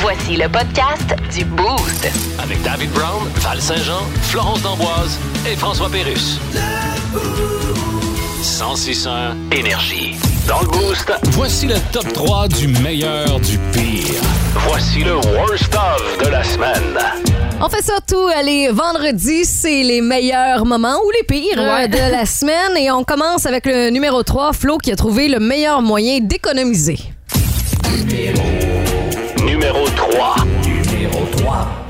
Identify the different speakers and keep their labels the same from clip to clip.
Speaker 1: Voici le podcast du Boost.
Speaker 2: Avec David Brown, Val Saint-Jean, Florence D'Amboise et François Pérus. 1061 Énergie. Dans le Boost, voici le top 3 du meilleur du pire. Voici le worst of de la semaine.
Speaker 3: On fait surtout les vendredis, c'est les meilleurs moments ou les pires euh, de la semaine. Et on commence avec le numéro 3, Flo, qui a trouvé le meilleur moyen d'économiser.
Speaker 2: Numéro 3.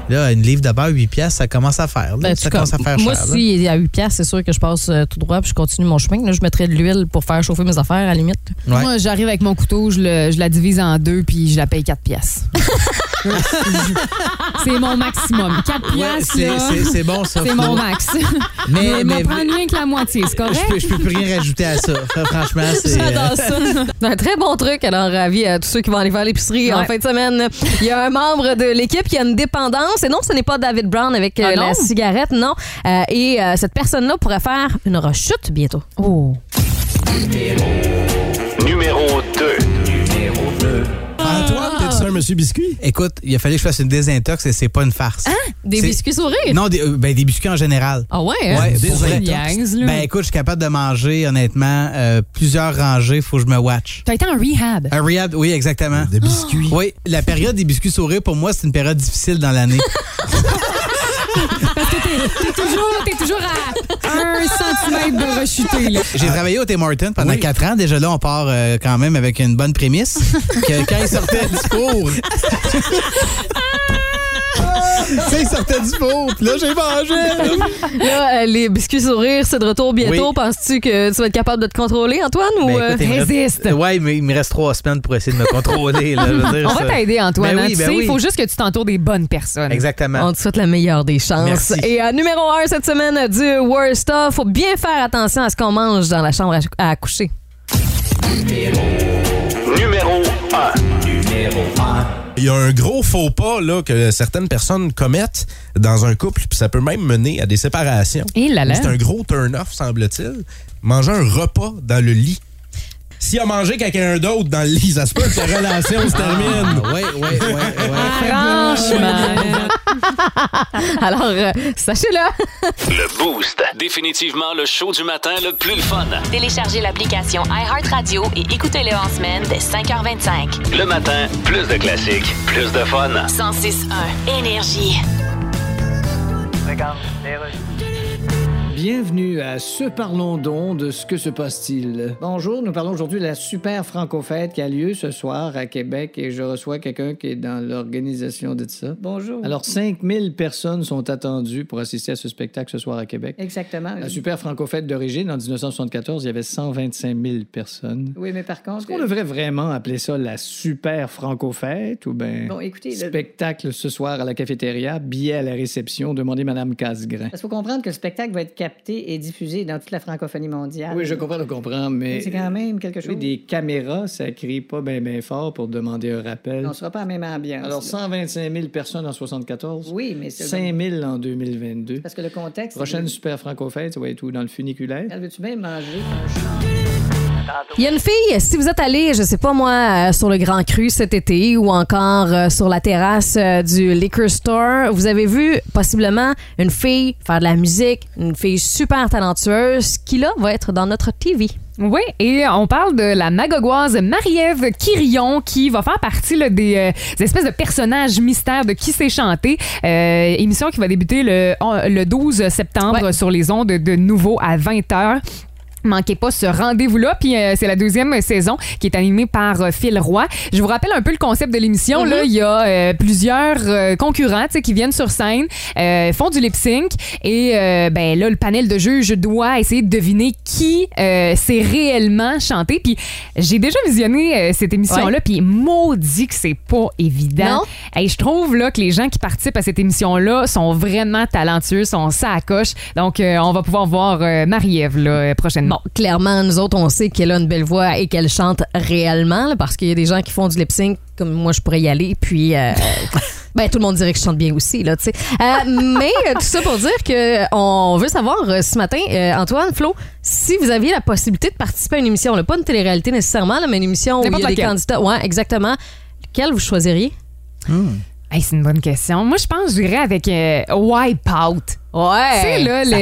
Speaker 4: Là, une livre d'abord, 8 piastres, ça commence à faire. là.
Speaker 5: Ben,
Speaker 4: ça
Speaker 5: tu
Speaker 4: commence à
Speaker 5: com-
Speaker 4: faire
Speaker 5: moi,
Speaker 4: cher. là.
Speaker 5: si il y a 8 piastres, c'est sûr que je passe euh, tout droit puis je continue mon chemin. Là, je mettrais de l'huile pour faire chauffer mes affaires, à la limite.
Speaker 4: Ouais.
Speaker 6: Moi, j'arrive avec mon couteau, je, le- je la divise en deux, puis je la paye 4 piastres. c'est mon maximum. 4
Speaker 4: Ouais,
Speaker 6: piastres,
Speaker 4: c'est-
Speaker 6: là,
Speaker 4: c'est c'est bon, ça.
Speaker 6: c'est
Speaker 4: Flo.
Speaker 6: mon max.
Speaker 4: Mais,
Speaker 6: Mais,
Speaker 4: mais-
Speaker 6: prendre rien que la moitié, c'est correct?
Speaker 4: je peux, je peux plus rien rajouter à ça. Franchement, c'est.
Speaker 3: J'adore ça. C'est un très bon truc, alors ravi à tous ceux qui vont aller faire l'épicerie en
Speaker 5: Ouais.
Speaker 3: fin de semaine. Il y a un membre de l'équipe qui a une dépendance. Et non, ce n'est pas David Brown avec euh,
Speaker 5: Ah non?
Speaker 3: la cigarette, non. Euh, et euh, cette personne-là pourrait faire une rechute bientôt.
Speaker 4: Oh.
Speaker 2: Numéro 2.
Speaker 7: Antoine, t'es-tu un monsieur biscuit?
Speaker 4: euh, Écoute, il a fallu que je fasse une désintox et c'est pas une farce.
Speaker 3: Des
Speaker 4: C'est-
Speaker 3: biscuits sourires?
Speaker 4: Non, des, euh, ben, des biscuits en général.
Speaker 3: Ah ouais? hein?
Speaker 4: Ouais,
Speaker 7: des
Speaker 4: pour vrai.
Speaker 6: niaises, là.
Speaker 4: Ben écoute, je suis capable de manger, honnêtement, euh, plusieurs rangées, faut que je me watch.
Speaker 6: T'as été en rehab.
Speaker 4: Un rehab, oui, exactement.
Speaker 7: Des biscuits.
Speaker 4: Oui, la période des biscuits sourires, pour moi, c'est une période difficile dans l'année.
Speaker 6: T'es toujours, t'es toujours à 1 cm de rechuter, là.
Speaker 4: J'ai travaillé au Tim Hortons pendant
Speaker 7: Oui.
Speaker 4: quatre ans. Déjà là, on part euh, quand même avec une bonne prémisse. que quand il sortait du four. Ça, il sortait du four. Puis là, j'ai mangé.
Speaker 3: Là, euh, les biscuits sourires, c'est de retour bientôt.
Speaker 4: Oui.
Speaker 3: Penses-tu que tu vas être capable de te contrôler, Antoine? Ou,
Speaker 4: Ben,
Speaker 3: euh,
Speaker 4: écoute, il me reste-
Speaker 6: résiste.
Speaker 4: Ouais, mais il me reste trois semaines pour essayer de me contrôler. là, je veux dire,
Speaker 6: On va
Speaker 4: ça-
Speaker 6: t'aider, Antoine.
Speaker 4: Ben
Speaker 6: hein,
Speaker 4: oui,
Speaker 6: tu
Speaker 4: ben
Speaker 6: sais, il
Speaker 4: oui.
Speaker 6: faut juste que tu t'entoures des bonnes personnes.
Speaker 4: Exactement.
Speaker 3: On te souhaite la meilleure des chances.
Speaker 4: Merci.
Speaker 3: Et euh, numéro 1 cette semaine du Worst Of, faut bien faire attention à ce qu'on mange dans la chambre à, à coucher.
Speaker 2: Numéro 1.
Speaker 7: Il y a un gros faux pas là, que certaines personnes commettent dans un couple, puis ça peut même mener à des séparations.
Speaker 6: Et là là.
Speaker 7: C'est un gros turn-off, semble-t-il. Manger un repas dans le lit. S'il a mangé quelqu'un d'autre dans le lit, ça se peut que la relation
Speaker 4: Ah,
Speaker 7: se termine.
Speaker 4: Oui, oui, oui.
Speaker 6: Franchement.
Speaker 3: Alors, euh, sachez-le.
Speaker 2: Le Boost. Définitivement le show du matin le plus le fun.
Speaker 1: Téléchargez l'application iHeartRadio et écoutez-le en semaine dès 5h25.
Speaker 2: Le matin, plus de classiques, plus de fun.
Speaker 1: 106.1 Énergie.
Speaker 8: Bienvenue à Ce Parlons donc de ce que se passe-t-il. Bonjour, nous parlons aujourd'hui de la super franco-fête qui a lieu ce soir à Québec et je reçois quelqu'un qui est dans l'organisation de ça. Bonjour. Alors, 5000 personnes sont attendues pour assister à ce spectacle ce soir à Québec.
Speaker 9: Exactement.
Speaker 8: La super franco-fête d'origine, en 1974, il y avait 125 000 personnes.
Speaker 9: Oui, mais par contre.
Speaker 8: Est-ce qu'on devrait vraiment appeler ça la super franco-fête ou bien...
Speaker 9: Bon, écoutez, le-
Speaker 8: Spectacle ce soir à la cafétéria, billet à la réception, demandez Madame Casgrain.
Speaker 9: parce qu'il faut comprendre que le spectacle va être capté et diffusé dans toute la francophonie mondiale.
Speaker 8: Oui, je comprends, je comprends, mais...
Speaker 9: C'est quand même quelque chose.
Speaker 8: Oui, des caméras, ça crie pas bien ben fort pour demander un rappel.
Speaker 9: On sera pas à la même ambiance.
Speaker 8: Alors,
Speaker 9: là.
Speaker 8: 125 000 personnes en 74.
Speaker 9: Oui, mais c'est.
Speaker 8: 5 000 en 2022.
Speaker 9: Parce que le contexte.
Speaker 8: Prochaine super franco-fête, ça va être où? Dans le funiculaire?
Speaker 9: Elle Veux-tu bien manger?
Speaker 3: Il y a une fille, si vous êtes allé, je sais pas moi, euh, sur le Grand Cru cet été ou encore euh, sur la terrasse euh, du liquor store, vous avez vu possiblement une fille faire de la musique, une fille super talentueuse qui là va être dans notre TV.
Speaker 6: Oui, et on parle de la magogoise Marie-Ève Quirion qui va faire partie là, des, euh, des espèces de personnages mystères de qui s'est chanté. Euh, émission qui va débuter le, on- le 12 septembre
Speaker 3: Ouais.
Speaker 6: sur les ondes de nouveau à 20h. Manquez pas ce rendez-vous-là. Puis euh, c'est la deuxième saison qui est animée par euh, Phil Roy. Je vous rappelle un peu le concept de l'émission. Là, il y a euh, plusieurs euh, concurrents tu sais, qui viennent sur scène, euh, font du lip-sync. Et euh, ben là, le panel de juges doit essayer de deviner qui euh, s'est réellement chanté. Puis j'ai déjà visionné euh, cette émission-là. Puis maudit que c'est pas évident.
Speaker 3: Non.
Speaker 6: Hey, je trouve là, que les gens qui participent à cette émission-là sont vraiment talentueux, sont ça à coche. Donc, euh, on va pouvoir voir euh, Marie-Ève là, euh, prochainement.
Speaker 3: Bon, clairement, nous autres, on sait qu'elle a une belle voix et qu'elle chante réellement, là, parce qu'il y a des gens qui font du lip sync, comme moi, je pourrais y aller, puis. euh, Ben, tout le monde dirait que je chante bien aussi, là, tu sais. Euh, mais euh, tout ça pour dire que euh, on veut savoir euh, ce matin, euh, Antoine, Flo, si vous aviez la possibilité de participer à une émission, là, pas une télé-réalité nécessairement, là, mais une émission où il y a
Speaker 6: N'importe
Speaker 3: des
Speaker 6: laquelle.
Speaker 3: candidats. Ouais, exactement. Quelle vous choisiriez?
Speaker 6: Hey, c'est une bonne question. Moi, je pense que j'irais avec euh, Wipeout.
Speaker 3: Ouais.
Speaker 6: Tu sais, là,
Speaker 3: Euh, ça
Speaker 6: le,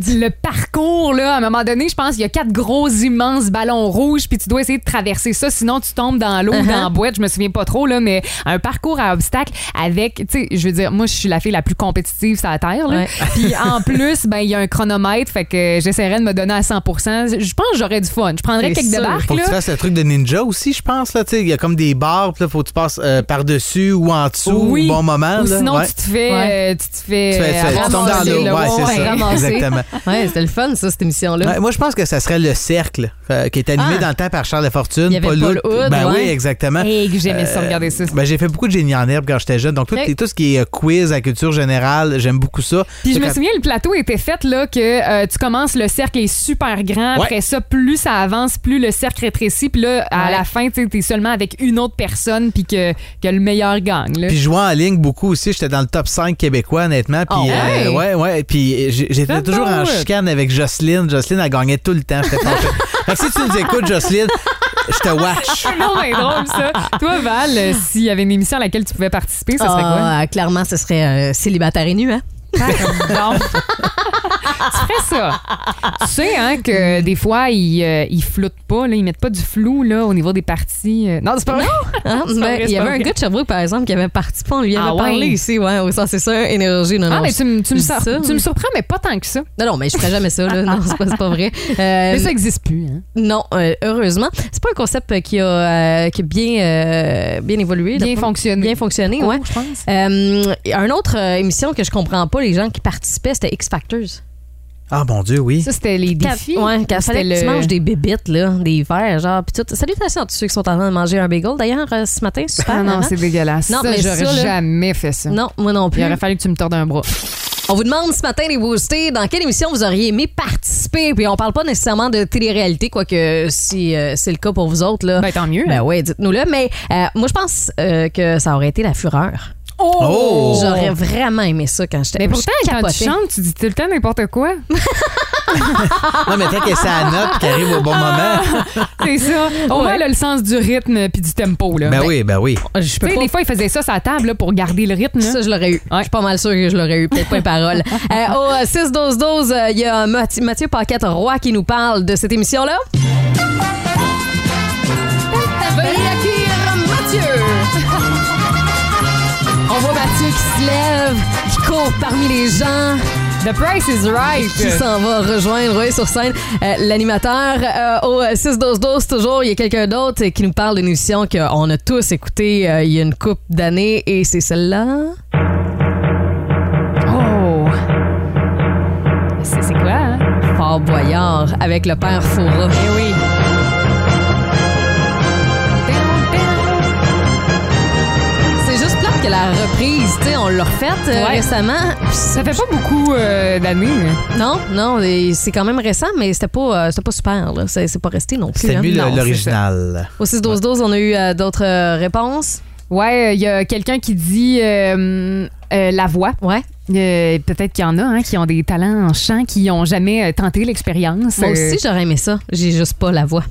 Speaker 3: fit.
Speaker 6: le- le parcours, là, à un moment donné, je pense qu'il y a quatre gros, immenses ballons rouges, puis tu dois essayer de traverser ça, sinon tu tombes dans
Speaker 3: Uh-huh.
Speaker 6: l'eau, ou dans la boîte, je me souviens pas trop, là, mais un parcours à obstacles avec, tu sais, je veux dire, moi, je suis la fille la plus compétitive sur la Terre, là.
Speaker 3: Ouais.
Speaker 6: Puis en plus, ben, il y a un chronomètre, fait que j'essaierais de me donner à 100 Je pense que j'aurais du fun. Je prendrais
Speaker 3: C'est
Speaker 6: quelques
Speaker 3: sûr.
Speaker 6: débarques,
Speaker 4: Faut que
Speaker 6: là.
Speaker 4: tu fasses le truc de ninja aussi, je pense. là, tu sais, Il y a comme des barres, puis là, faut que tu passes euh, par-dessus ou en dessous
Speaker 6: Oui.
Speaker 4: au bon moment.
Speaker 6: Ou
Speaker 4: là.
Speaker 6: sinon,
Speaker 4: Ouais.
Speaker 6: tu te fais.
Speaker 3: Ouais.
Speaker 6: euh, tu te fais.
Speaker 4: Tu fais- tu fais- tu
Speaker 6: euh,
Speaker 4: tombes dans
Speaker 6: ramasser,
Speaker 4: l'eau.
Speaker 6: là.
Speaker 4: Ouais, c'est
Speaker 6: Ouais,
Speaker 4: ça.
Speaker 3: ramasser.
Speaker 4: Exactement.
Speaker 3: Ouais, c'était le fun, ça, cette émission-là.
Speaker 4: Ouais, moi, je pense que ça serait le cercle euh, qui est animé
Speaker 3: Ah.
Speaker 4: dans le temps par Charles de Fortune.
Speaker 3: Il y avait
Speaker 4: Paul
Speaker 3: Paul
Speaker 4: Hood.
Speaker 3: Hood,
Speaker 4: Ben
Speaker 3: ouais.
Speaker 4: oui, exactement.
Speaker 6: Hey, que j'aimais ça, regarder ça.
Speaker 4: Ben, j'ai fait beaucoup de génie en herbe quand j'étais jeune. Donc, tout,
Speaker 3: Ok.
Speaker 4: tout ce qui est euh, quiz à culture générale, j'aime beaucoup ça.
Speaker 6: Puis je
Speaker 4: C'est
Speaker 6: me
Speaker 4: quand-
Speaker 6: souviens, le plateau était fait là que euh, tu commences, le cercle est super grand.
Speaker 7: Ouais.
Speaker 6: Après ça, plus ça avance, plus le cercle rétrécit. Puis là, à
Speaker 3: Ouais.
Speaker 6: la fin, tu es seulement avec une autre personne, puis que, que le meilleur gagne. Là.
Speaker 4: Puis je jouais en ligne beaucoup aussi. J'étais dans le top 5 québécois, honnêtement. Puis,
Speaker 3: Oh,
Speaker 4: euh, ouais,
Speaker 3: ouais.
Speaker 4: ouais. Puis euh, j'ai- j'étais
Speaker 6: J'adore.
Speaker 4: toujours en chicane avec Jocelyne. Jocelyne, elle gagnait tout le temps. J'étais fâché. Fait que si tu nous écoutes, Jocelyne, je te watch.
Speaker 6: non, mais drôle ça. Toi, Val, euh, s'il y avait une émission à laquelle tu pouvais participer, ça serait quoi?
Speaker 3: Ah, clairement, ce serait euh, célibataire et nu, hein?
Speaker 6: Bon. tu ferais ça. Tu sais hein, que des fois, ils, euh, ils floutent pas, là, ils mettent pas du flou là, au niveau des parties. euh. Non, c'est pas vrai.
Speaker 3: Hein?
Speaker 6: C'est pas
Speaker 3: Ben,
Speaker 6: vrai,
Speaker 3: il
Speaker 6: c'est
Speaker 3: y avait
Speaker 6: pas
Speaker 3: un
Speaker 6: vrai.
Speaker 3: gars de Sherbrooke, par exemple, qui avait participé. On lui avait
Speaker 6: Ah ouais?
Speaker 3: parlé ici, ouais, au sens, c'est ça, énergie. Non,
Speaker 6: Ah,
Speaker 3: non,
Speaker 6: mais
Speaker 3: je-
Speaker 6: tu, me- tu me
Speaker 3: je dis
Speaker 6: sors-
Speaker 3: ça.
Speaker 6: tu me surprends, mais pas tant que ça.
Speaker 3: non, non, mais je ferais jamais ça, là. Non, c'est pas, c'est pas vrai. Euh,
Speaker 6: Mais ça existe plus. Hein?
Speaker 3: Non, euh, heureusement. C'est pas un concept euh, qui a, euh, qui a bien, euh, bien évolué.
Speaker 6: Bien
Speaker 3: d'après-
Speaker 6: fonctionné.
Speaker 3: Bien fonctionné, ouais.
Speaker 6: je pense.
Speaker 3: Euh, un autre euh, émission que je comprends pas, les gens qui participaient, c'était X Factors.
Speaker 4: Ah, mon Dieu, oui.
Speaker 6: Ça, c'était les
Speaker 3: Quand-
Speaker 6: défis.
Speaker 3: Ouais, quand fallait
Speaker 6: C'était
Speaker 3: que tu
Speaker 6: le-
Speaker 3: manges des bébites, là, des verres, genre, pis tout. Salutations à tous ceux qui sont en train de manger un bagel, d'ailleurs, euh, ce matin, super.
Speaker 6: Ah non,
Speaker 3: vraiment.
Speaker 6: c'est dégueulasse.
Speaker 3: Non,
Speaker 6: ça,
Speaker 3: mais
Speaker 6: j'aurais
Speaker 3: ça, là-
Speaker 6: jamais fait ça.
Speaker 3: Non, moi non plus.
Speaker 6: Il aurait fallu que tu me tordes un bras.
Speaker 3: On vous demande ce matin, les boostés, dans quelle émission vous auriez aimé participer? Puis on parle pas nécessairement de télé-réalité, quoique si euh, c'est le cas pour vous autres, là.
Speaker 6: Ben, tant mieux.
Speaker 3: Ben ouais, dites-nous-le. Mais euh, moi, je pense euh, que ça aurait été la fureur.
Speaker 6: oh!
Speaker 3: J'aurais vraiment aimé ça quand j'étais
Speaker 6: Mais pourtant,
Speaker 3: je
Speaker 6: quand tu
Speaker 3: capotais.
Speaker 6: chantes, tu dis tout le temps n'importe quoi.
Speaker 4: Non, mais tant que ça note, qui arrive au bon moment.
Speaker 6: C'est ça. Au moins, elle a le sens du rythme puis du tempo. Là.
Speaker 4: Ben oui, ben oui.
Speaker 3: je
Speaker 6: Tu
Speaker 3: peux
Speaker 6: sais,
Speaker 3: pas.
Speaker 6: des fois, ils faisaient ça sur la table là, pour garder le rythme. là.
Speaker 3: Ça, je l'aurais eu. Je suis pas mal sûre que je l'aurais eu. Peut-être pas une parole. Euh, au euh, 6-12-12, euh, il y a Mathieu, Mathieu Paquette-Roy qui nous parle de cette émission-là. On voit Mathieu qui se lève, qui court parmi les gens,
Speaker 6: The Price is Right.
Speaker 3: qui s'en va rejoindre oui, sur scène euh, l'animateur. Euh, au euh, 6-12-12, toujours, il y a quelqu'un d'autre qui nous parle d'une émission qu'on a tous écoutée euh, il y a une couple d'années et c'est celle-là.
Speaker 6: Oh! C'est c'est quoi, hein?
Speaker 3: Fort Boyard avec le père Foura. Eh oui. C'est juste plate que la reprise, tu sais, on l'a refaite euh,
Speaker 6: Ouais.
Speaker 3: récemment.
Speaker 6: Ça fait pas beaucoup euh, d'années. mais-
Speaker 3: Non, non, et c'est quand même récent, mais c'était pas, euh, c'était pas super. là. C'est c'est pas resté non plus.
Speaker 4: C'était
Speaker 3: hein.
Speaker 4: mieux
Speaker 3: Non.
Speaker 4: le- l'original.
Speaker 3: Au 6-12-12, on a eu euh, d'autres euh, réponses.
Speaker 6: Ouais, il y a quelqu'un qui dit euh, euh, la voix.
Speaker 3: Ouais.
Speaker 6: Euh, Peut-être qu'il y en a hein, qui ont des talents en chant, qui n'ont jamais euh, tenté l'expérience.
Speaker 3: Moi
Speaker 6: Euh,
Speaker 3: aussi, j'aurais aimé ça. J'ai juste pas la voix.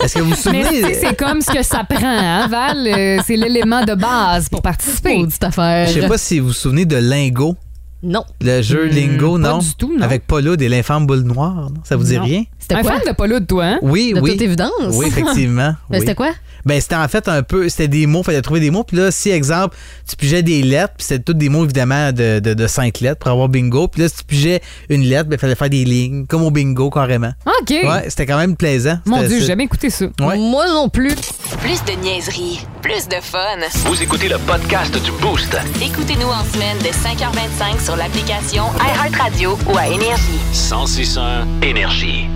Speaker 4: Est-ce que vous vous
Speaker 6: Mais tu sais,
Speaker 4: souvenez?
Speaker 6: c'est comme ce que ça prend, hein, Val? Euh, c'est l'élément de base pour participer.
Speaker 3: Maudite affaire.
Speaker 4: Je
Speaker 6: Euh,
Speaker 4: sais pas si vous vous souvenez de Lingo.
Speaker 3: Non.
Speaker 4: Le jeu Lingo,
Speaker 6: Hmm, pas
Speaker 4: non?
Speaker 6: du tout, non.
Speaker 4: Avec Paul Hood et l'infâme boule noire, non? Ça vous dit
Speaker 6: Non.
Speaker 4: rien?
Speaker 3: C'était
Speaker 6: Un
Speaker 3: quoi?
Speaker 6: fan de Paulo, toi, hein?
Speaker 4: Oui,
Speaker 3: De
Speaker 4: oui.
Speaker 3: toute évidence.
Speaker 4: Oui, effectivement.
Speaker 3: Mais
Speaker 4: oui.
Speaker 3: C'était quoi?
Speaker 4: Ben, c'était en fait un peu. C'était des mots, fallait trouver des mots. Puis là, si, exemple, tu pigeais des lettres, puis c'était tous des mots, évidemment, de, de, de cinq lettres pour avoir bingo. Puis là, si tu pigeais une lettre, ben, fallait faire des lignes, comme au bingo, carrément.
Speaker 6: OK.
Speaker 4: Ouais, c'était quand même plaisant.
Speaker 6: Mon
Speaker 4: C'était-
Speaker 6: Dieu, j'ai
Speaker 4: c'est-
Speaker 6: jamais écouté ça.
Speaker 4: Ouais.
Speaker 3: Moi non plus.
Speaker 1: Plus de niaiserie, plus de fun.
Speaker 2: Vous écoutez le podcast du Boost.
Speaker 1: Écoutez-nous en semaine de 5h25 sur l'application iHeartRadio ou à Énergie.
Speaker 2: 1061 Énergie.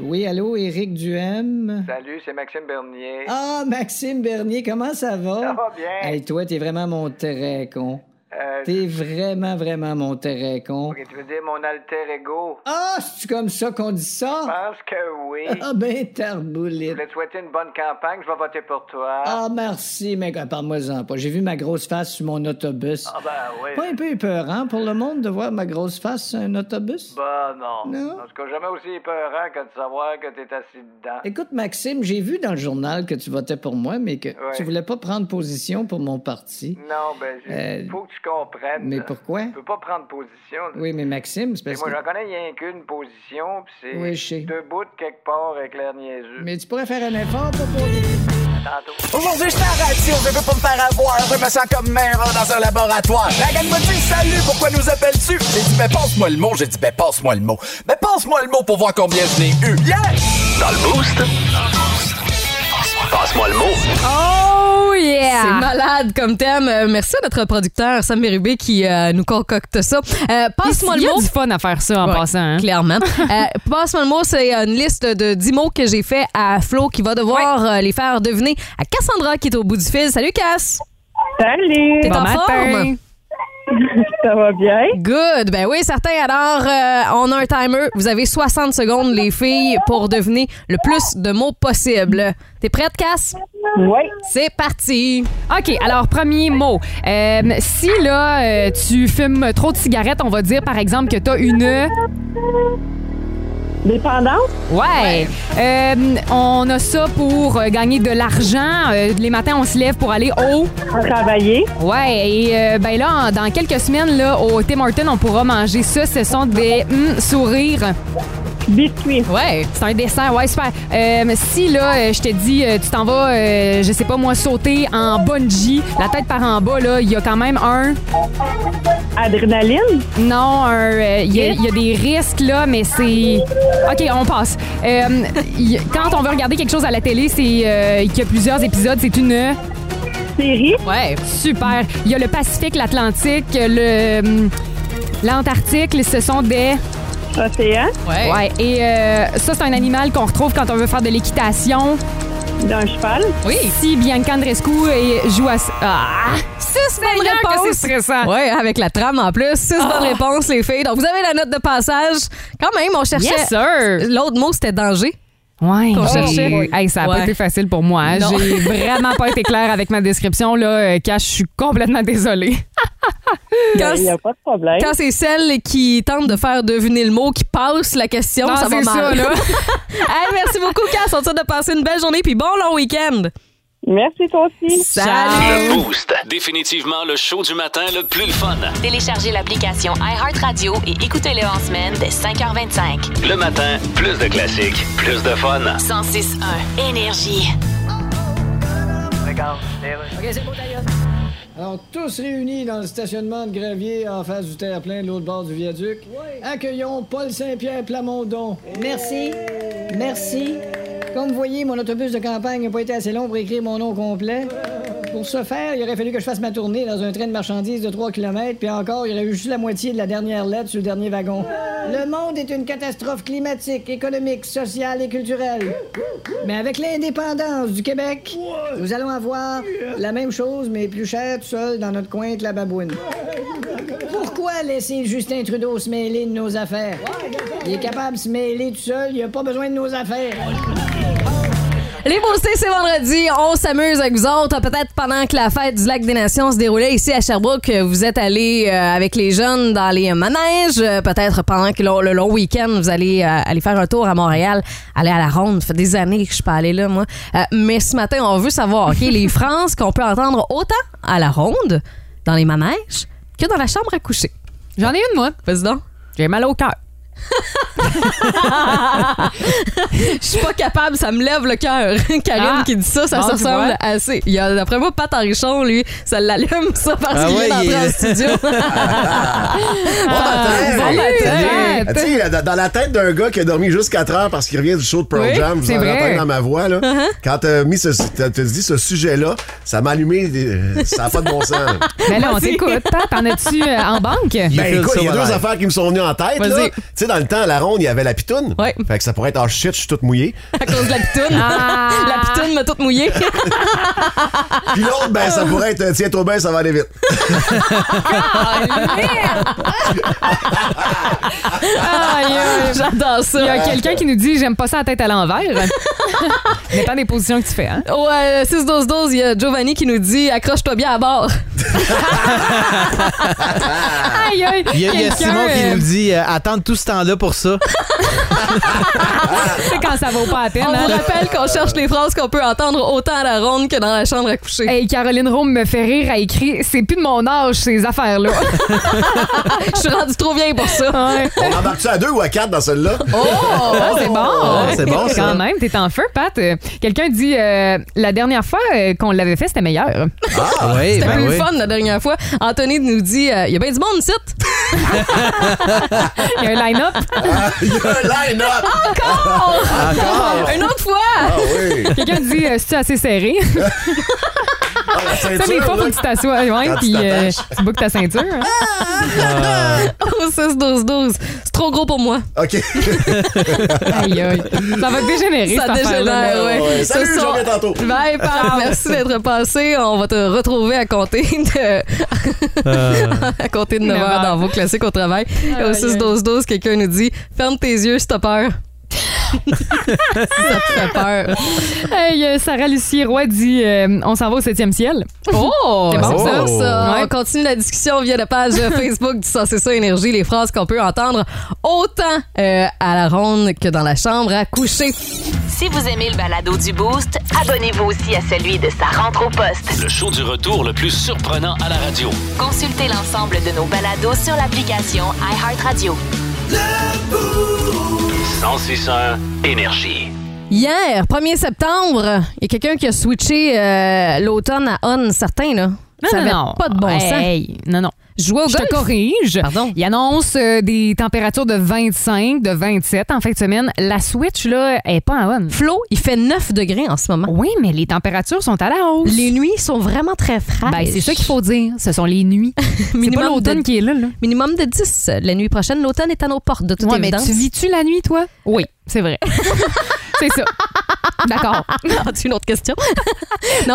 Speaker 9: Oui, allô, Éric Duhem?
Speaker 10: Salut, c'est Maxime Bernier.
Speaker 9: Ah, Maxime Bernier, comment ça va?
Speaker 10: Ça va bien.
Speaker 9: Hey, toi, t'es vraiment mon très con.
Speaker 8: Euh,
Speaker 9: T'es vraiment, vraiment mon terrain con.
Speaker 8: ok, tu veux dire mon alter ego?
Speaker 9: Ah, c'est-tu comme ça qu'on dit
Speaker 8: Je
Speaker 9: ça?
Speaker 8: pense que oui.
Speaker 9: Ah, ben,
Speaker 8: Je
Speaker 9: tarboulette.
Speaker 8: voulais te souhaiter une bonne campagne, je vais voter pour toi.
Speaker 9: Ah, merci, mais parle-moi-en pas. J'ai vu ma grosse face sur mon autobus.
Speaker 8: Ah ben oui.
Speaker 9: Pas un peu épeurant hein, pour le monde de voir ma grosse face sur un autobus?
Speaker 8: Bah non.
Speaker 9: Non.
Speaker 8: En tout cas, jamais aussi épeurant que de savoir que t'es assis dedans.
Speaker 9: Écoute, Maxime, j'ai vu dans le journal que tu votais pour moi, mais que
Speaker 8: Ouais.
Speaker 9: tu voulais pas prendre position pour mon parti.
Speaker 8: Non, ben, j'ai-
Speaker 9: Euh,
Speaker 8: faut que tu comprennes.
Speaker 9: Mais
Speaker 8: là.
Speaker 9: pourquoi?
Speaker 8: Tu peux pas prendre position. là.
Speaker 9: Oui, mais Maxime, c'est
Speaker 8: Mm. Et
Speaker 9: parce
Speaker 8: moi,
Speaker 9: que...
Speaker 8: j'en connais rien qu'une position, puis c'est
Speaker 9: Oui, je sais.
Speaker 8: debout de quelque part avec l'air niaiseux.
Speaker 9: Mais tu pourrais faire un effort pour... poser-
Speaker 8: Tantôt.
Speaker 7: Aujourd'hui, je radio, je veux pas me faire avoir. Je me sens comme mère dans un laboratoire. La gang me dit salut, pourquoi nous appelles-tu? J'ai dit, ben passe-moi le mot, j'ai dit, ben passe-moi le mot. Ben passe-moi le mot pour voir combien je l'ai eu. Yeah!
Speaker 2: Dans le boost. Passe-moi le mot.
Speaker 11: Oh yeah!
Speaker 3: C'est malade comme thème. Euh, Merci à notre producteur Sam Bérubé qui euh, nous concocte ça. Euh, Passe-moi
Speaker 6: Il y
Speaker 3: le
Speaker 6: a
Speaker 3: mot.
Speaker 6: du fun à faire ça en
Speaker 3: Ouais,
Speaker 6: passant. hein.
Speaker 3: Clairement. Euh, Passe-moi le mot, c'est une liste de 10 mots que j'ai fait à Flo qui va devoir euh, les faire deviner à Cassandra qui est au bout du fil. Salut Cass!
Speaker 12: Salut!
Speaker 3: T'es
Speaker 6: Bon
Speaker 3: en
Speaker 6: matin.
Speaker 3: forme?
Speaker 12: Ça va bien?
Speaker 3: Good! Ben oui, certain. Alors, euh, on a un timer. Vous avez 60 secondes, les filles, pour deviner le plus de mots possible. T'es prête, Cass?
Speaker 12: Oui.
Speaker 3: C'est parti!
Speaker 6: OK, alors premier mot. Euh, si là, euh, tu fumes trop de cigarettes, on va dire par exemple que t'as une. Ouais.
Speaker 12: Dépendance?
Speaker 6: Euh, on a ça pour euh, gagner de l'argent. Euh, les matins, on se lève pour aller au.
Speaker 12: Travailler?
Speaker 6: Ouais. Et euh, ben là, en- dans quelques semaines, là, au Tim Hortons, on pourra manger ça. Ce sont des hum, sourires.
Speaker 12: Biscuit?
Speaker 6: Ouais. C'est un dessert, ouais, super. Euh, si là, euh, je te dis, euh, tu t'en vas, euh, je sais pas moi, sauter en bungee, la tête par en bas, là, il y a quand même un.
Speaker 12: Adrénaline?
Speaker 6: Non, un, euh, il y, a- il y a des risques là, mais c'est. Ok, on passe. Euh, il- quand on veut regarder quelque chose à la télé, c'est euh, qu'il y a plusieurs épisodes, c'est une.
Speaker 12: Série?
Speaker 6: Ouais. Super. Il y a le Pacifique, l'Atlantique, le. hum, L'Antarctique, ce sont des.
Speaker 12: Océan?
Speaker 6: Ouais. Et euh, ça, c'est un animal qu'on retrouve quand on veut faire de l'équitation.
Speaker 12: D'un cheval?
Speaker 6: Oui. Si Bianca Andrescu euh, joue à. s- Ah!
Speaker 3: 6 bonnes
Speaker 6: clair que
Speaker 3: réponses!
Speaker 6: c'est stressant.
Speaker 3: Ouais, avec la trame en plus. 6 bonnes
Speaker 6: Ah.
Speaker 3: réponses, les filles. Donc, vous avez la note de passage. Quand même, on cherchait.
Speaker 6: Yes, sir!
Speaker 3: L'autre mot, c'était danger.
Speaker 6: Ouais,
Speaker 3: Qu'on
Speaker 6: j'ai-
Speaker 3: cherchait.
Speaker 6: Hey, ça a
Speaker 3: Ouais.
Speaker 6: pas été facile pour moi. hein.
Speaker 3: Non.
Speaker 6: J'ai vraiment pas été claire avec ma description là. euh, Cash, je suis complètement désolée.
Speaker 3: Quand,
Speaker 12: Il n'y a pas de problème.
Speaker 3: quand c'est celle qui tente de faire deviner le mot, qui passe la question,
Speaker 6: Non,
Speaker 3: ça va
Speaker 6: c'est ça,
Speaker 3: mal.
Speaker 6: là.
Speaker 3: Hey, merci beaucoup, Cass. On te souhaite de passer une belle journée puis bon long week-end.
Speaker 12: Merci toi aussi.
Speaker 2: Le boost. Définitivement le show du matin le plus le fun.
Speaker 1: Téléchargez l'application iHeartRadio et écoutez-le en semaine dès 5h25.
Speaker 2: Le matin, plus de classiques, plus de fun.
Speaker 1: 106.1 Énergie.
Speaker 8: Regarde, les rues.
Speaker 9: Alors, tous réunis dans le stationnement de Gravier en face du terre-plein de l'autre bord du viaduc, accueillons Paul Saint-Pierre Plamondon.
Speaker 8: Merci.
Speaker 9: Merci. Comme vous voyez, mon autobus de campagne n'a pas été assez long pour écrire mon nom complet. Pour ce faire, il aurait fallu que je fasse ma tournée dans un train de marchandises de 3 km, puis encore, il y aurait eu juste la moitié de la dernière lettre sur le dernier wagon.
Speaker 8: Le monde est une catastrophe climatique, économique, sociale et culturelle.
Speaker 9: Mais avec l'indépendance du Québec, nous allons avoir la même chose, mais plus cher tout seul dans notre coin de la baboune. Pourquoi laisser Justin Trudeau se mêler de nos affaires? Il est capable de se mêler tout seul, il a pas besoin de nos affaires.
Speaker 3: Les boostés, c'est vendredi. On s'amuse avec vous autres. Peut-être pendant que la fête du Lac des Nations se déroulait ici à Sherbrooke, vous êtes allés euh, avec les jeunes dans les manèges. Euh, Peut-être pendant que le, le long week-end, vous allez euh, aller faire un tour à Montréal, aller à la ronde. Ça fait des années que je suis pas allée là, moi. Euh, mais ce matin, on veut savoir, OK, les France qu'on peut entendre autant à la ronde, dans les manèges, que dans la chambre à coucher.
Speaker 6: J'en ai une, moi.
Speaker 3: Vas-y donc.
Speaker 6: J'ai mal au cœur.
Speaker 3: Je suis pas capable, ça me lève le cœur. Karine
Speaker 6: Ah.
Speaker 3: qui dit ça, ça
Speaker 6: Bon,
Speaker 3: se
Speaker 6: tu vois.
Speaker 3: ressemble assez. Il y a, d'après moi, Pat Enrichon, lui, ça l'allume, ça, parce
Speaker 13: Ah
Speaker 3: qu'il
Speaker 13: ouais,
Speaker 3: vient d'entrer
Speaker 13: il est-
Speaker 3: en studio.
Speaker 14: Bon matin!
Speaker 6: Ah, bon
Speaker 14: Salut!
Speaker 6: matin!
Speaker 14: Ah, tu sais, dans- dans la tête d'un gars qui a dormi jusqu'à 4 heures parce qu'il revient du show de Pearl
Speaker 6: Oui,
Speaker 14: Jam, vous
Speaker 6: c'est
Speaker 14: en
Speaker 6: vrai. Uh-huh.
Speaker 14: entendez dans ma voix, là. Quand t'as mis ce, t'as- t'as dit ce sujet-là, ça m'a allumé, des- euh, ça n'a pas de bon sens. là.
Speaker 6: Mais Ben là, on t'écoute. Pat, t'en as-tu euh, en banque?
Speaker 14: Ben écoute, il y a deux
Speaker 13: Vas-y.
Speaker 14: affaires qui me sont venues en tête, là.
Speaker 3: Vas-y.
Speaker 14: Tu sais, dans le temps, à la ronde, il y avait la pitoune.
Speaker 3: Ouais.
Speaker 14: oh, Fait que ça pourrait être, ah shit, je suis toute mouillée.
Speaker 3: à cause de la pitoune.
Speaker 6: Ah.
Speaker 3: La pitoune me a tout mouillé.
Speaker 14: Puis l'autre, ben, ça pourrait être tiens-toi bien, ben, ça va aller vite.
Speaker 6: Aïe, aïe.
Speaker 3: J'adore ça.
Speaker 6: Il y a quelqu'un qui nous dit J'aime pas ça la tête à l'envers. Dépend des positions que tu fais. Hein?
Speaker 3: Ouais, 6-12-12, il y a Giovanni qui nous dit accroche-toi bien à bord.
Speaker 6: Aïe, aïe.
Speaker 4: Il y a, il y a
Speaker 6: Quelqu'un,
Speaker 4: Simon qui
Speaker 6: euh,
Speaker 4: nous dit euh, attendre tout ce temps-là pour ça.
Speaker 6: C'est quand ça vaut pas la peine.
Speaker 3: On
Speaker 6: hein?
Speaker 3: vous rappelle qu'on cherche les phrases qu'on peut entendre autant à la ronde que dans la chambre à coucher.
Speaker 6: Hey, Caroline Rome me fait rire, a écrit C'est plus de mon âge, ces affaires-là.
Speaker 3: Je suis rendue trop vieille pour ça.
Speaker 14: On embarque-tu à deux ou à quatre dans celle-là?
Speaker 6: Ah, c'est bon!
Speaker 4: Oh,
Speaker 14: Ah, c'est bon, ça.
Speaker 6: Quand même, t'es en feu, Pat. Euh, Quelqu'un dit euh, La dernière fois euh, qu'on l'avait fait, c'était meilleur.
Speaker 4: Ah oui,
Speaker 3: C'était
Speaker 4: ben
Speaker 3: plus
Speaker 4: oui.
Speaker 3: fun la dernière fois. Anthony nous dit euh, il y a bien du monde ici.
Speaker 6: Il y a un line-up.
Speaker 14: Ah, Il y a un line-up!
Speaker 3: Encore!
Speaker 14: Encore!
Speaker 3: Une autre fois!
Speaker 14: Ah oui!
Speaker 6: Quelqu'un dit euh, C'est assez serré.
Speaker 14: Ah, la
Speaker 6: Ça, des
Speaker 14: ceinture,
Speaker 6: fois, faut
Speaker 14: là.
Speaker 6: que tu t'assoies, ouais,
Speaker 14: Quand tu
Speaker 6: puis euh,
Speaker 14: t'attaches.
Speaker 6: tu boucles ta ceinture. hein.
Speaker 3: Au 6-12-12. C'est trop gros pour moi.
Speaker 14: OK.
Speaker 6: Aïe, aïe. Ça va dégénérer,
Speaker 3: Ça
Speaker 6: cette affaire-là. Ben
Speaker 3: dégénère, ouais.
Speaker 14: ouais. Salut,
Speaker 3: Ce
Speaker 14: j'en reviens tantôt.
Speaker 3: Bye, Pat. Merci d'être passé. On va te retrouver à compter de,
Speaker 4: Euh,
Speaker 3: à compter de 9
Speaker 6: Neuf
Speaker 3: h
Speaker 6: heures.
Speaker 3: dans vos classiques au travail. Et au
Speaker 6: Aïe,
Speaker 3: 6-12-12, quelqu'un nous dit Ferme tes yeux si t'as peur. ça te fait peur.
Speaker 6: Hey, euh, Sarah Lucie Roy dit euh, On s'en va au 7e ciel.
Speaker 3: Oh,
Speaker 6: C'est bon,
Speaker 3: ça,
Speaker 14: ça.
Speaker 3: ça.
Speaker 6: Ouais.
Speaker 3: On continue la discussion via la page Facebook du Sens, c'est ça énergie, les phrases qu'on peut entendre autant euh, à la ronde que dans la chambre à coucher.
Speaker 1: Si vous aimez le balado du Boost, abonnez-vous aussi à celui de sa rentre au poste.
Speaker 2: Le show du retour le plus surprenant à la radio.
Speaker 1: Consultez l'ensemble de nos balados sur l'application iHeartRadio.
Speaker 2: 1061 Énergie.
Speaker 3: Hier, 1er septembre, il y a quelqu'un qui a switché euh, l'automne à on certain, là. ça avait pas de bon sens.
Speaker 6: Hey, non, non.
Speaker 3: Je Jouer au
Speaker 6: Je
Speaker 3: golf.
Speaker 6: te corrige.
Speaker 3: Pardon.
Speaker 6: Il annonce euh, des températures de 25, de 27 en fin de semaine. La Switch, là, est pas en bonne.
Speaker 3: Flo, il fait 9 degrés en ce moment.
Speaker 6: Oui, mais les températures sont à la hausse.
Speaker 3: Les nuits sont vraiment très fraîches.
Speaker 6: Ben, c'est ça qu'il faut dire. Ce sont les nuits. c'est
Speaker 3: Minimum
Speaker 6: pas l'automne
Speaker 3: de-
Speaker 6: qui est là, là.
Speaker 3: Minimum de 10 la nuit prochaine. L'automne est à nos portes, de toute
Speaker 6: Ouais, mais
Speaker 3: évidence.
Speaker 6: tu vis-tu la nuit, toi? Oui, c'est vrai. c'est ça. D'accord.
Speaker 3: As-tu une autre question? non,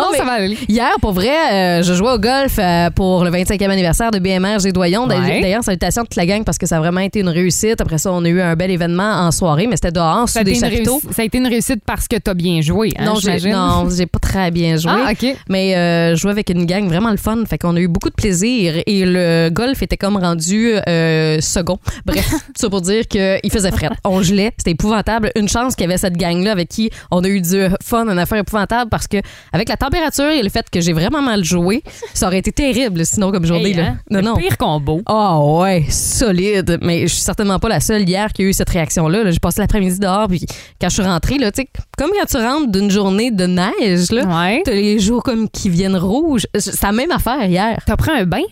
Speaker 6: Non,
Speaker 3: mais
Speaker 6: ça va aller.
Speaker 3: Hier, pour vrai, euh, je jouais au golf euh, pour le 25e anniversaire de BMR G. Doyon. D'a-
Speaker 6: Ouais.
Speaker 3: D'ailleurs, salutations à toute la gang parce que ça a vraiment été une réussite. Après ça, on a eu un bel événement en soirée, mais c'était dehors,
Speaker 6: Ça a,
Speaker 3: sous
Speaker 6: été
Speaker 3: des
Speaker 6: une
Speaker 3: chapiteaux.
Speaker 6: réussite- ça a été une réussite parce que t'as bien joué, hein,
Speaker 3: non, j'ai,
Speaker 6: j'imagine.
Speaker 3: non, j'ai pas très bien joué.
Speaker 6: Ah, OK.
Speaker 3: Mais euh, je jouais avec une gang vraiment le fun. Fait qu'on a eu beaucoup de plaisir et le golf était comme rendu euh, second. Bref, tout ça pour dire qu'il faisait fret. On gelait. C'était épouvantable. Une chance qu'il y avait cette gang-là avec qui on a eu du fun, une affaire épouvantable parce que avec la température et le fait que j'ai vraiment mal joué, ça aurait été terrible sinon comme journée.
Speaker 6: Hey,
Speaker 3: là.
Speaker 6: hein,
Speaker 3: Non,
Speaker 6: le
Speaker 3: non.
Speaker 6: pire combo.
Speaker 3: Ah ouais, solide. Mais je suis certainement pas la seule hier qui a eu cette réaction-là. là. J'ai passé l'après-midi dehors, puis quand je suis rentrée, là, tu sais, comme quand tu rentres d'une journée de neige, là,
Speaker 6: Ouais.
Speaker 3: t'as les jours comme qui viennent rouges. C'est la même affaire hier.
Speaker 6: T'as pris un bain?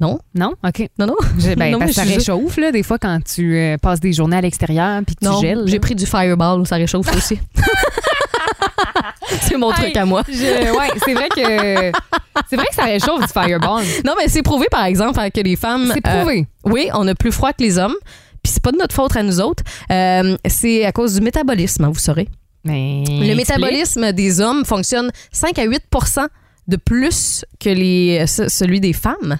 Speaker 3: Non,
Speaker 6: Non? OK.
Speaker 3: non, non.
Speaker 6: J'ai- Ben,
Speaker 3: Non,
Speaker 6: parce que ça
Speaker 3: moi, je suis-
Speaker 6: réchauffe, là, des fois, quand tu euh, passes des journées à l'extérieur puis que tu
Speaker 3: Non,
Speaker 6: gèles.
Speaker 3: j'ai
Speaker 6: là.
Speaker 3: pris du fireball, ça réchauffe aussi. c'est mon truc
Speaker 6: Hey,
Speaker 3: à moi.
Speaker 6: je- ouais, c'est vrai que c'est vrai que ça réchauffe du fireball.
Speaker 3: Non, mais c'est prouvé, par exemple, hein, que les femmes.
Speaker 6: C'est
Speaker 3: euh,
Speaker 6: prouvé.
Speaker 3: oui, on a plus froid que les hommes. Puis c'est pas de notre faute à nous autres. Euh, c'est à cause du métabolisme, hein, vous saurez.
Speaker 6: Mais
Speaker 3: Le
Speaker 6: explique.
Speaker 3: métabolisme des hommes fonctionne 5 à 8 de plus que les, ce- celui des femmes.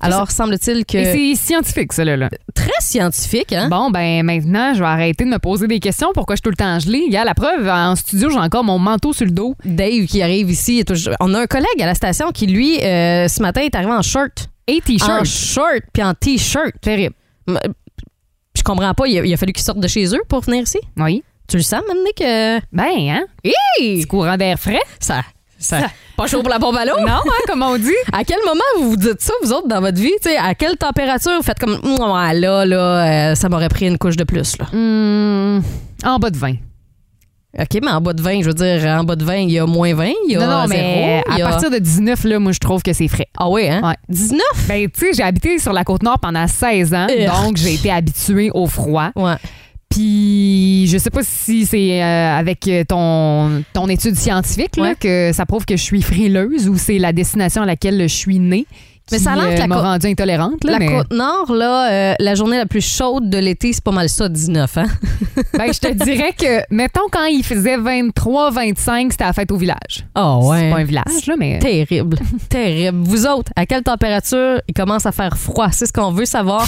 Speaker 3: Alors, semble-t-il
Speaker 6: Et
Speaker 3: que
Speaker 6: c'est scientifique, ça, là. là.
Speaker 3: très scientifique, hein?
Speaker 6: Bon, ben maintenant, je vais arrêter de me poser des questions. Pourquoi je suis tout le temps gelée? Il y a la preuve, en studio, j'ai encore mon manteau sur le dos.
Speaker 3: Dave qui arrive ici, est toujours- on a un collègue à la station qui, lui, euh, ce matin, est arrivé en shirt.
Speaker 6: Et
Speaker 3: En
Speaker 6: t-shirt.
Speaker 3: short, puis en t-shirt.
Speaker 6: Terrible.
Speaker 3: M- Je comprends pas, il a, il a fallu qu'ils sortent de chez eux pour venir ici.
Speaker 6: Oui.
Speaker 3: Tu le sens, maintenant que
Speaker 6: Ben, hein? Petit courant d'air frais.
Speaker 3: ça, ça, Pas chaud pour la bombe à l'eau?
Speaker 6: Non, hein, comme on dit.
Speaker 3: À quel moment vous vous dites ça, vous autres, dans votre vie? Tu sais, à quelle température vous faites comme Mouah, là, là, euh, ça m'aurait pris une couche de plus? Là.
Speaker 6: Hum, en bas de 20.
Speaker 3: OK, mais en bas de 20, je veux dire, en bas de 20, il y a moins 20, il y a
Speaker 6: non, non,
Speaker 3: zéro,
Speaker 6: mais euh,
Speaker 3: il y a-
Speaker 6: à partir de 19, là, moi, je trouve que c'est frais.
Speaker 3: Ah oui, hein?
Speaker 6: Ouais.
Speaker 3: 19?
Speaker 6: Ben, tu sais, j'ai habité sur la Côte-Nord pendant 16 ans,
Speaker 3: Urgh.
Speaker 6: donc j'ai été habituée au froid.
Speaker 3: Ouais.
Speaker 6: Puis, je sais pas si c'est euh, avec ton, ton étude scientifique là,
Speaker 3: Ouais.
Speaker 6: que ça prouve que je suis frileuse ou c'est la destination à laquelle je suis née qui euh, m'a
Speaker 3: côte-
Speaker 6: rendue intolérante. Là,
Speaker 3: la
Speaker 6: mais-
Speaker 3: côte nord, là, euh, la journée la plus chaude de l'été, c'est pas mal ça, 19, hein?
Speaker 6: Ben, je te dirais que, mettons, quand il faisait 23, 25, c'était la fête au village.
Speaker 3: Oh, ouais.
Speaker 6: C'est pas un village, là, mais.
Speaker 3: Terrible. Terrible. Vous autres, à quelle température il commence à faire froid? C'est ce qu'on veut savoir.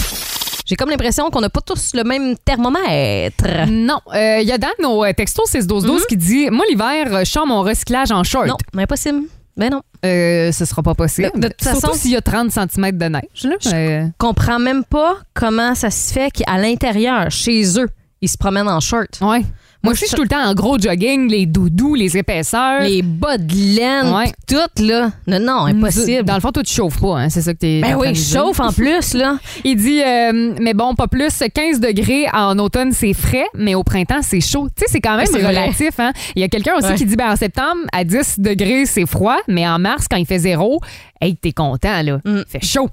Speaker 3: J'ai comme l'impression qu'on n'a pas tous le même thermomètre.
Speaker 6: Non. Il y a dans nos euh, textos 6-12-12
Speaker 3: Mhm.
Speaker 6: qui dit Moi, l'hiver, euh, je sors mon recyclage en short. Non,
Speaker 3: mais impossible. Ben non.
Speaker 6: ce sera pas possible.
Speaker 3: De- de toute
Speaker 6: Surtout
Speaker 3: façon-
Speaker 6: s'il y a 30 cm de neige. Là, Euh,
Speaker 3: comprends même pas comment ça se fait qu'à l'intérieur, chez eux, ils se promènent en short.
Speaker 6: Ouais. Moi aussi, je suis tout le temps en gros jogging, les doudous, les épaisseurs.
Speaker 3: Les bas de laine,
Speaker 6: Ouais.
Speaker 3: pis tout, là. Non, non, impossible.
Speaker 6: Dans le fond, toi, tu chauffes pas, hein? c'est ça que t'es.
Speaker 3: Ben
Speaker 6: t'es en
Speaker 3: oui,
Speaker 6: train de
Speaker 3: je
Speaker 6: dire.
Speaker 3: chauffe en plus, là.
Speaker 6: Il dit, euh, mais bon, pas plus. 15 degrés en automne, c'est frais, mais au printemps, c'est chaud. Tu sais, c'est quand même
Speaker 3: C'est vrai.
Speaker 6: relatif. Hein? Il y a quelqu'un aussi
Speaker 3: Ouais.
Speaker 6: qui dit, ben, en septembre, à 10 degrés, c'est froid, mais en mars, quand il fait zéro, hey, t'es content, là.
Speaker 3: Mm.
Speaker 6: Il fait chaud.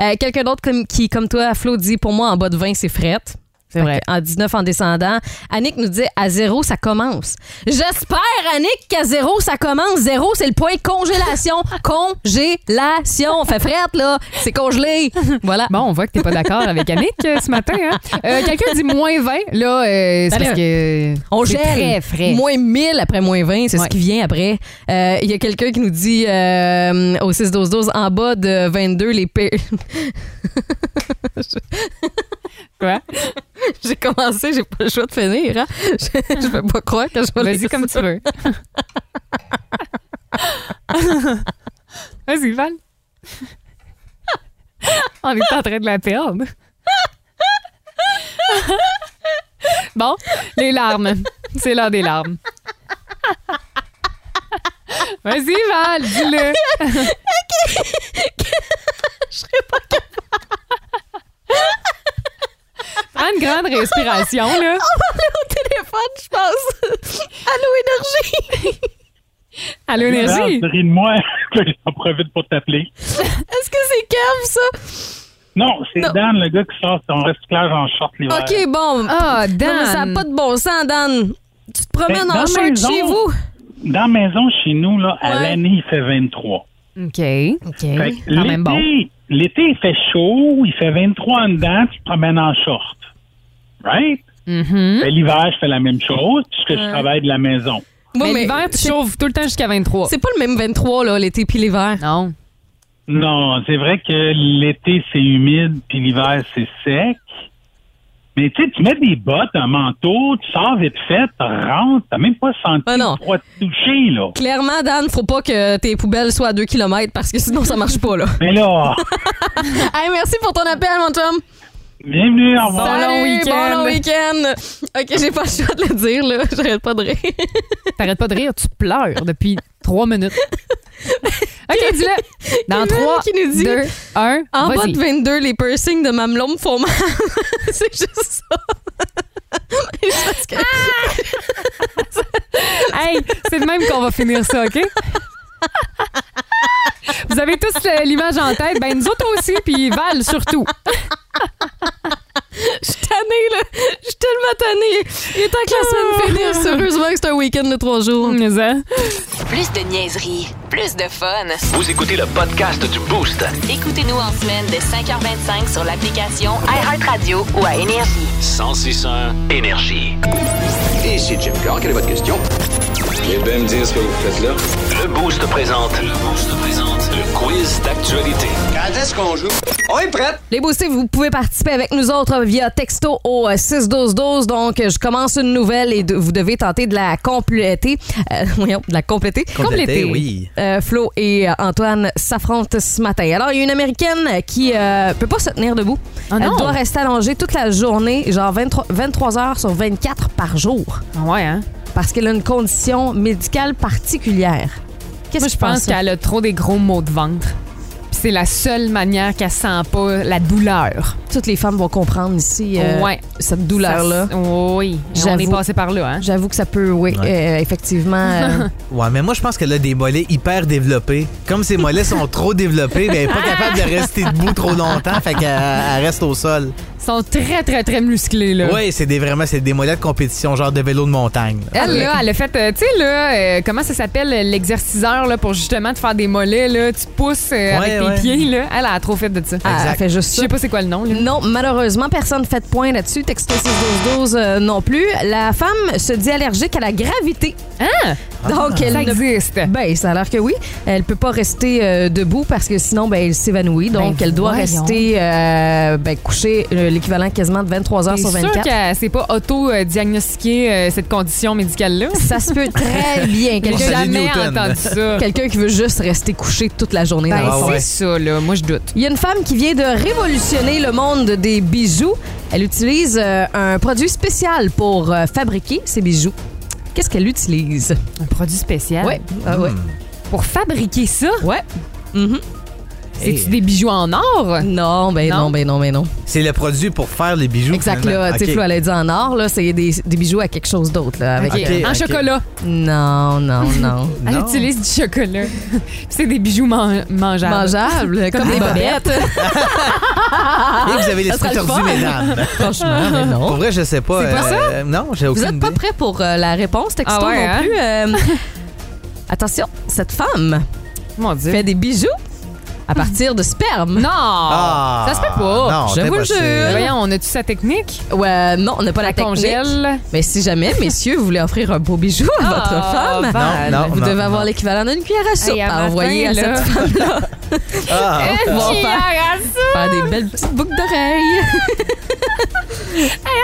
Speaker 3: Euh, Quelqu'un d'autre comme, qui, comme toi, Flo, dit pour moi, en bas de 20, c'est frette. C'est vrai. En 19, en descendant. Annick nous dit à zéro, ça commence. J'espère, Annick, qu'à zéro, ça commence. Zéro, c'est le point de congélation. congélation. Fait frette, là. C'est congelé. Voilà.
Speaker 6: Bon, on voit que t'es pas d'accord avec Annick euh, ce matin. Hein? Euh, quelqu'un dit moins 20, là, euh, c'est
Speaker 3: Ben là,
Speaker 6: parce que.
Speaker 3: On
Speaker 6: c'est
Speaker 3: gèle.
Speaker 6: Très frais.
Speaker 3: Moins 1000 après moins 20, c'est
Speaker 6: Ouais.
Speaker 3: ce qui vient après. Euh, Il y a quelqu'un qui nous dit euh, au 6-12-12, en bas de 22, les pires.
Speaker 6: Quoi?
Speaker 3: J'ai commencé, j'ai pas le choix de finir. hein. Je, je peux pas croire que je vais
Speaker 6: Vas-y
Speaker 3: lire
Speaker 6: Ben, comme
Speaker 3: ça.
Speaker 6: tu veux. Vas-y, Val. On est en train de la perdre. Bon, les larmes. C'est l'heure des larmes. Vas-y, Val, dis-le.
Speaker 3: Je serais pas
Speaker 6: Prends une grande respiration, là.
Speaker 3: On va aller au téléphone, je pense. Allô, Énergie.
Speaker 6: Allô,
Speaker 12: Tu te ris de moi, j'en profite pour t'appeler.
Speaker 3: Est-ce que c'est Kev, ça?
Speaker 12: Non, c'est Dan, le gars qui sort son recyclage en short l'hiver.
Speaker 3: OK, bon.
Speaker 6: Ah,
Speaker 3: Non, mais ça n'a
Speaker 12: Dan.
Speaker 3: pas de bon sens, Dan. Tu te promènes
Speaker 12: Ben,
Speaker 3: en
Speaker 12: dans
Speaker 3: short
Speaker 12: maison.
Speaker 3: chez vous.
Speaker 12: Dans la maison, chez nous, là, à
Speaker 3: Ouais.
Speaker 12: l'année, il fait 23.
Speaker 6: OK. OK.
Speaker 12: Fait que l'été, l'été, il fait chaud, il fait 23 en dedans, tu te promènes en short. Right?
Speaker 6: Hmm? Mm-hmm.
Speaker 12: Fait l'hiver, je fais la même chose, puisque je
Speaker 3: Ouais.
Speaker 12: travaille de la maison.
Speaker 6: mais l'hiver, tu chauffes tout le temps jusqu'à 23.
Speaker 3: C'est pas le même 23, là, l'été puis l'hiver.
Speaker 6: Non.
Speaker 12: Non, c'est vrai que l'été, c'est humide, puis l'hiver, c'est sec. Mais tu sais, tu mets des bottes, un manteau, tu sors vite fait, tu rentres, t'as même pas senti le froid te toucher, là.
Speaker 3: Ah, Clairement, Dan, faut pas que tes poubelles soient à 2 km parce que sinon, ça marche pas, là.
Speaker 12: Mais là,
Speaker 3: Hey, merci pour ton appel, mon chum.
Speaker 12: bienvenue, au revoir.
Speaker 3: Salut,
Speaker 6: week-end.
Speaker 3: Bon long week-end. OK, j'ai pas le choix de le dire, là. J'arrête pas de rire.
Speaker 6: T'arrêtes pas de rire, tu pleures depuis trois minutes. OK, dis-le. Dans
Speaker 3: Kevin
Speaker 6: trois,
Speaker 3: qui nous dit,
Speaker 6: deux, un,
Speaker 3: En bas
Speaker 6: vas-y.
Speaker 3: de 22, les piercings de mamelon me font mal. C'est juste ça. C'est parce que-
Speaker 6: Hey, c'est de même qu'on va finir ça, OK? Vous avez tous euh, l'image en tête. Ben, nous autres aussi, puis Val surtout.
Speaker 3: Je suis tannée, là. Je suis tellement tannée. Il est temps que la semaine finisse. Heureusement que c'est un week-end de
Speaker 6: Ah.
Speaker 3: trois jours.
Speaker 1: Plus de niaiserie, plus de fun.
Speaker 2: Vous écoutez le podcast du Boost.
Speaker 1: Écoutez-nous en semaine de 5h25 sur l'application iHeartRadio ou à Énergie.
Speaker 2: 1061 Énergie. Ici Jim Carr, quelle est votre question? Eh bien, me dire ce que vous faites là. Le Boost présente. Le Boost présente. Le quiz d'actualité. Quand est-ce qu'on joue? On est prête!
Speaker 3: Les boostés, vous pouvez participer avec nous autres euh, via texto au euh, 6-12-12. Donc, euh, je commence une nouvelle et de- vous devez tenter de la compléter. Euh, voyons, de la compléter.
Speaker 4: Compléter, oui.
Speaker 3: Euh, Flo et euh, Antoine s'affrontent ce matin. Alors, il y a une Américaine qui euh, peut pas se tenir debout.
Speaker 6: Ah
Speaker 3: Elle
Speaker 6: non.
Speaker 3: doit rester allongée toute la journée, genre 23, 23 heures sur 24 par jour.
Speaker 6: Ouais, hein?
Speaker 3: Parce qu'elle a une condition médicale particulière. Qu'est-ce
Speaker 6: Moi,
Speaker 3: que
Speaker 6: je pense qu'elle a trop des gros maux de ventre. Puis c'est la seule manière qu'elle sent pas la douleur.
Speaker 3: Toutes les femmes vont comprendre ici euh,
Speaker 6: Ouais.
Speaker 3: cette douleur-là.
Speaker 6: Ça- oui. On est
Speaker 3: J'avoue.
Speaker 6: passé par là, hein?
Speaker 3: J'avoue que ça peut, oui, euh, effectivement. euh,
Speaker 4: Ouais, mais moi, je pense qu'elle a des mollets hyper développés. Comme ses mollets sont trop développés, ben, euh, elle est pas capable de rester debout trop longtemps, fait qu'elle elle reste au sol.
Speaker 6: Ils sont très, très, très musclés, là.
Speaker 3: Euh.
Speaker 4: Oui, c'est des, vraiment c'est des modèles de compétition, genre de vélo de montagne. là.
Speaker 6: Elle, là, elle a fait, euh, tu sais, là, euh, comment ça s'appelle euh, l'exerciceur, là, pour justement te faire des mollets, là, tu pousses euh,
Speaker 3: Ouais,
Speaker 6: avec tes
Speaker 3: ouais.
Speaker 6: pieds, là. Elle a trop fait de ça.
Speaker 3: Ah, elle fait juste
Speaker 6: Je sais pas c'est quoi le nom, là.
Speaker 3: Non, malheureusement, personne ne fait de point là-dessus. Texto 612 euh, non plus. La femme se dit allergique à la gravité.
Speaker 6: Hein?
Speaker 3: Donc,
Speaker 6: Ah.
Speaker 3: elle
Speaker 6: Ça
Speaker 3: ne-
Speaker 6: existe.
Speaker 3: Ben, ça a l'air que oui. Elle peut pas rester euh, debout parce que sinon, ben, elle s'évanouit. Donc,
Speaker 6: Ben,
Speaker 3: elle doit
Speaker 6: voyons.
Speaker 3: rester euh, ben, couchée euh, l'équivalent quasiment de 23 heures
Speaker 6: T'es
Speaker 3: sur
Speaker 6: sûr
Speaker 3: 24.
Speaker 6: qu'elle s'est pas auto-diagnostiquée euh, cette condition médicale-là?
Speaker 3: Ça se peut très bien.
Speaker 6: J'ai
Speaker 3: Quelqu'un
Speaker 6: jamais entendu ça.
Speaker 3: Quelqu'un qui veut juste rester couché toute la journée.
Speaker 6: Ben,
Speaker 3: dans le
Speaker 6: c'est
Speaker 3: lit.
Speaker 6: ça, là. Moi, je doute.
Speaker 3: Il y a une femme qui vient de révolutionner le monde des bijoux. Elle utilise euh, un produit spécial pour euh, fabriquer ses bijoux. Qu'est-ce qu'elle utilise?
Speaker 6: Un produit spécial?
Speaker 3: Oui. Ah, ouais.
Speaker 6: Pour fabriquer ça?
Speaker 3: Ouais.
Speaker 6: C'est-tu
Speaker 4: Et-
Speaker 6: des bijoux en or?
Speaker 3: Non, ben non, ben non, ben non.
Speaker 4: C'est le produit pour faire les bijoux.
Speaker 3: Exact,
Speaker 4: finalement.
Speaker 3: là, tu sais,
Speaker 4: Ok.
Speaker 3: Flo, elle a dit en or, là, c'est des, des bijoux à quelque chose d'autre, là. Avec, euh,
Speaker 4: Ok,
Speaker 6: En ok. chocolat.
Speaker 3: Non, non, non.
Speaker 6: Elle
Speaker 3: Non.
Speaker 6: utilise du chocolat. Puis c'est des bijoux man- mangeables.
Speaker 3: Mangeables, comme des bobettes.
Speaker 4: Et vous avez
Speaker 3: Ah, Ça
Speaker 4: l'esprit
Speaker 3: serait le
Speaker 4: tordu,
Speaker 3: fun.
Speaker 4: mesdames.
Speaker 3: Franchement, mais non.
Speaker 4: Pour vrai, je sais pas.
Speaker 3: C'est pas ça?
Speaker 4: euh, Non, j'ai
Speaker 3: Vous
Speaker 4: aucune
Speaker 3: n'êtes pas
Speaker 4: idée.
Speaker 3: prêt pour euh, la réponse texto
Speaker 6: Ah ouais,
Speaker 3: non
Speaker 6: hein?
Speaker 3: plus. euh, attention, cette femme
Speaker 6: Mon Dieu.
Speaker 3: fait des bijoux à partir de sperme.
Speaker 6: Non!
Speaker 3: Ah,
Speaker 6: ça se peut pas.
Speaker 3: non, Je c'est vous le impossible. jure.
Speaker 6: Voyons, on a-tu sa technique?
Speaker 3: Ouais, non, on n'a pas la technique.
Speaker 6: congèle.
Speaker 3: Mais si jamais, messieurs, vous voulez offrir un beau bijou à
Speaker 6: Ah,
Speaker 3: votre femme, euh,
Speaker 6: Val. Non, non,
Speaker 3: vous
Speaker 6: non,
Speaker 3: devez
Speaker 6: non.
Speaker 3: avoir l'équivalent d'une cuillère à soupe
Speaker 6: Hey, à
Speaker 3: à
Speaker 6: matin,
Speaker 3: envoyer à
Speaker 6: là.
Speaker 3: cette femme-là.
Speaker 4: Ah.
Speaker 3: Ils vont
Speaker 6: Une
Speaker 3: faire-
Speaker 6: cuillère à soupe.
Speaker 3: faire des belles petites boucles d'oreilles.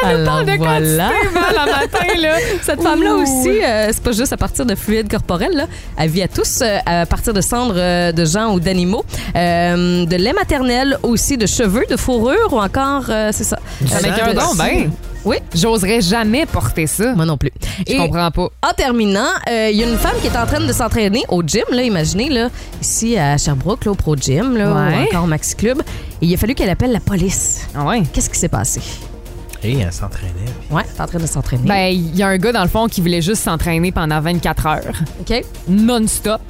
Speaker 6: Elle nous parle de
Speaker 3: voilà.
Speaker 6: quantité, Val, le matin, là.
Speaker 3: Cette femme-là
Speaker 6: Ouh.
Speaker 3: aussi, euh, c'est pas juste à partir de fluides corporels, là. elle vit à tous euh, à partir de cendres euh, de gens ou d'animaux, euh, de lait maternel aussi, de cheveux, de fourrure ou encore, euh, c'est ça.
Speaker 6: Du
Speaker 3: Euh,
Speaker 6: sang.
Speaker 3: de-
Speaker 6: Avec un don, ben.
Speaker 3: Oui.
Speaker 6: J'oserais jamais porter ça.
Speaker 3: Moi non plus.
Speaker 6: Je comprends pas.
Speaker 3: En terminant, euh, il y a une femme qui est en train de s'entraîner au gym, là, imaginez, là, ici à Sherbrooke, là, au Pro Gym, là,
Speaker 6: Ouais.
Speaker 3: ou encore au Maxi Club. Et il a fallu qu'elle appelle la police.
Speaker 6: Ah
Speaker 3: Qu'est-ce qui s'est passé?
Speaker 4: Et Eh, elle s'entraînait.
Speaker 3: Ouais, t'es en train de s'entraîner.
Speaker 6: Ben, il y a un gars, dans le fond, qui voulait juste s'entraîner pendant 24 heures.
Speaker 3: OK.
Speaker 6: Non-stop.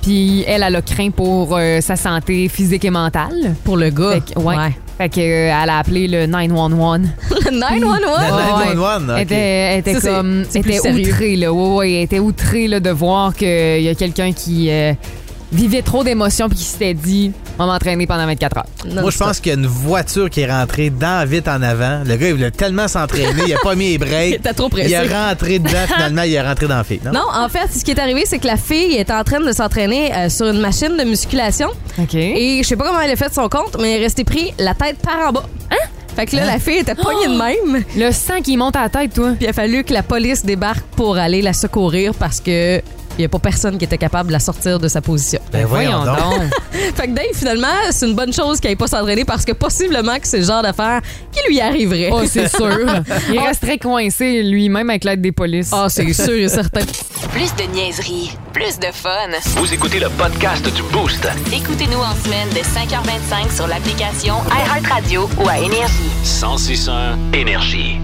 Speaker 6: Puis elle, elle a craint pour euh, sa santé physique et mentale.
Speaker 3: Pour le gars.
Speaker 6: Fait que, ouais. Fait que, euh, elle a appelé le 911.
Speaker 3: Le 911?
Speaker 4: Ah,
Speaker 6: Ouais,
Speaker 3: Le
Speaker 6: ouais.
Speaker 3: 911, ok.
Speaker 6: Elle était, elle était
Speaker 3: Ça, c'est-
Speaker 6: comme.
Speaker 3: c'est
Speaker 6: elle
Speaker 3: plus
Speaker 6: était
Speaker 3: sérieux.
Speaker 6: outrée, là. Ouais, ouais, elle était outrée, là, de voir qu'il y a quelqu'un qui euh, vivait trop d'émotions puis qui s'était dit on va m'entraîner pendant 24 heures.
Speaker 4: Moi, je pense qu'il y a une voiture qui est rentrée dans vite en avant. Le gars, il voulait tellement s'entraîner, il a pas mis les breaks.
Speaker 3: Il était trop pressé.
Speaker 4: Il est rentré dedans, finalement, il est rentré dans la fille. Non?
Speaker 3: Non, en fait, ce qui est arrivé, c'est que la fille est en train de s'entraîner euh, sur une machine de musculation.
Speaker 6: OK.
Speaker 3: Et je sais pas comment elle a fait de son compte, mais elle est restée prise la tête par en bas. Hein? Fait que là, la fille était poignée
Speaker 6: Oh!
Speaker 3: de même.
Speaker 6: Le sang qui monte à la tête, toi.
Speaker 3: Puis il a fallu que la police débarque pour aller la secourir parce que il y a pas personne qui était capable de la sortir de sa position.
Speaker 4: Ben voyons Voyons donc.
Speaker 3: fait que Dave, finalement, c'est une bonne chose qu'elle ait pas s'entraîner parce que possiblement que c'est le genre d'affaire qui lui arriverait.
Speaker 6: Oh, c'est sûr. Il
Speaker 3: On-
Speaker 6: resterait coincé lui-même avec l'aide des polices.
Speaker 3: Ah, c'est sûr et certain.
Speaker 1: Plus de niaiserie, plus de fun.
Speaker 2: Vous écoutez le podcast du Boost.
Speaker 1: Écoutez-nous en semaine de 5h25 sur l'application iHeartRadio ou à Énergie.
Speaker 2: 1061 Énergie.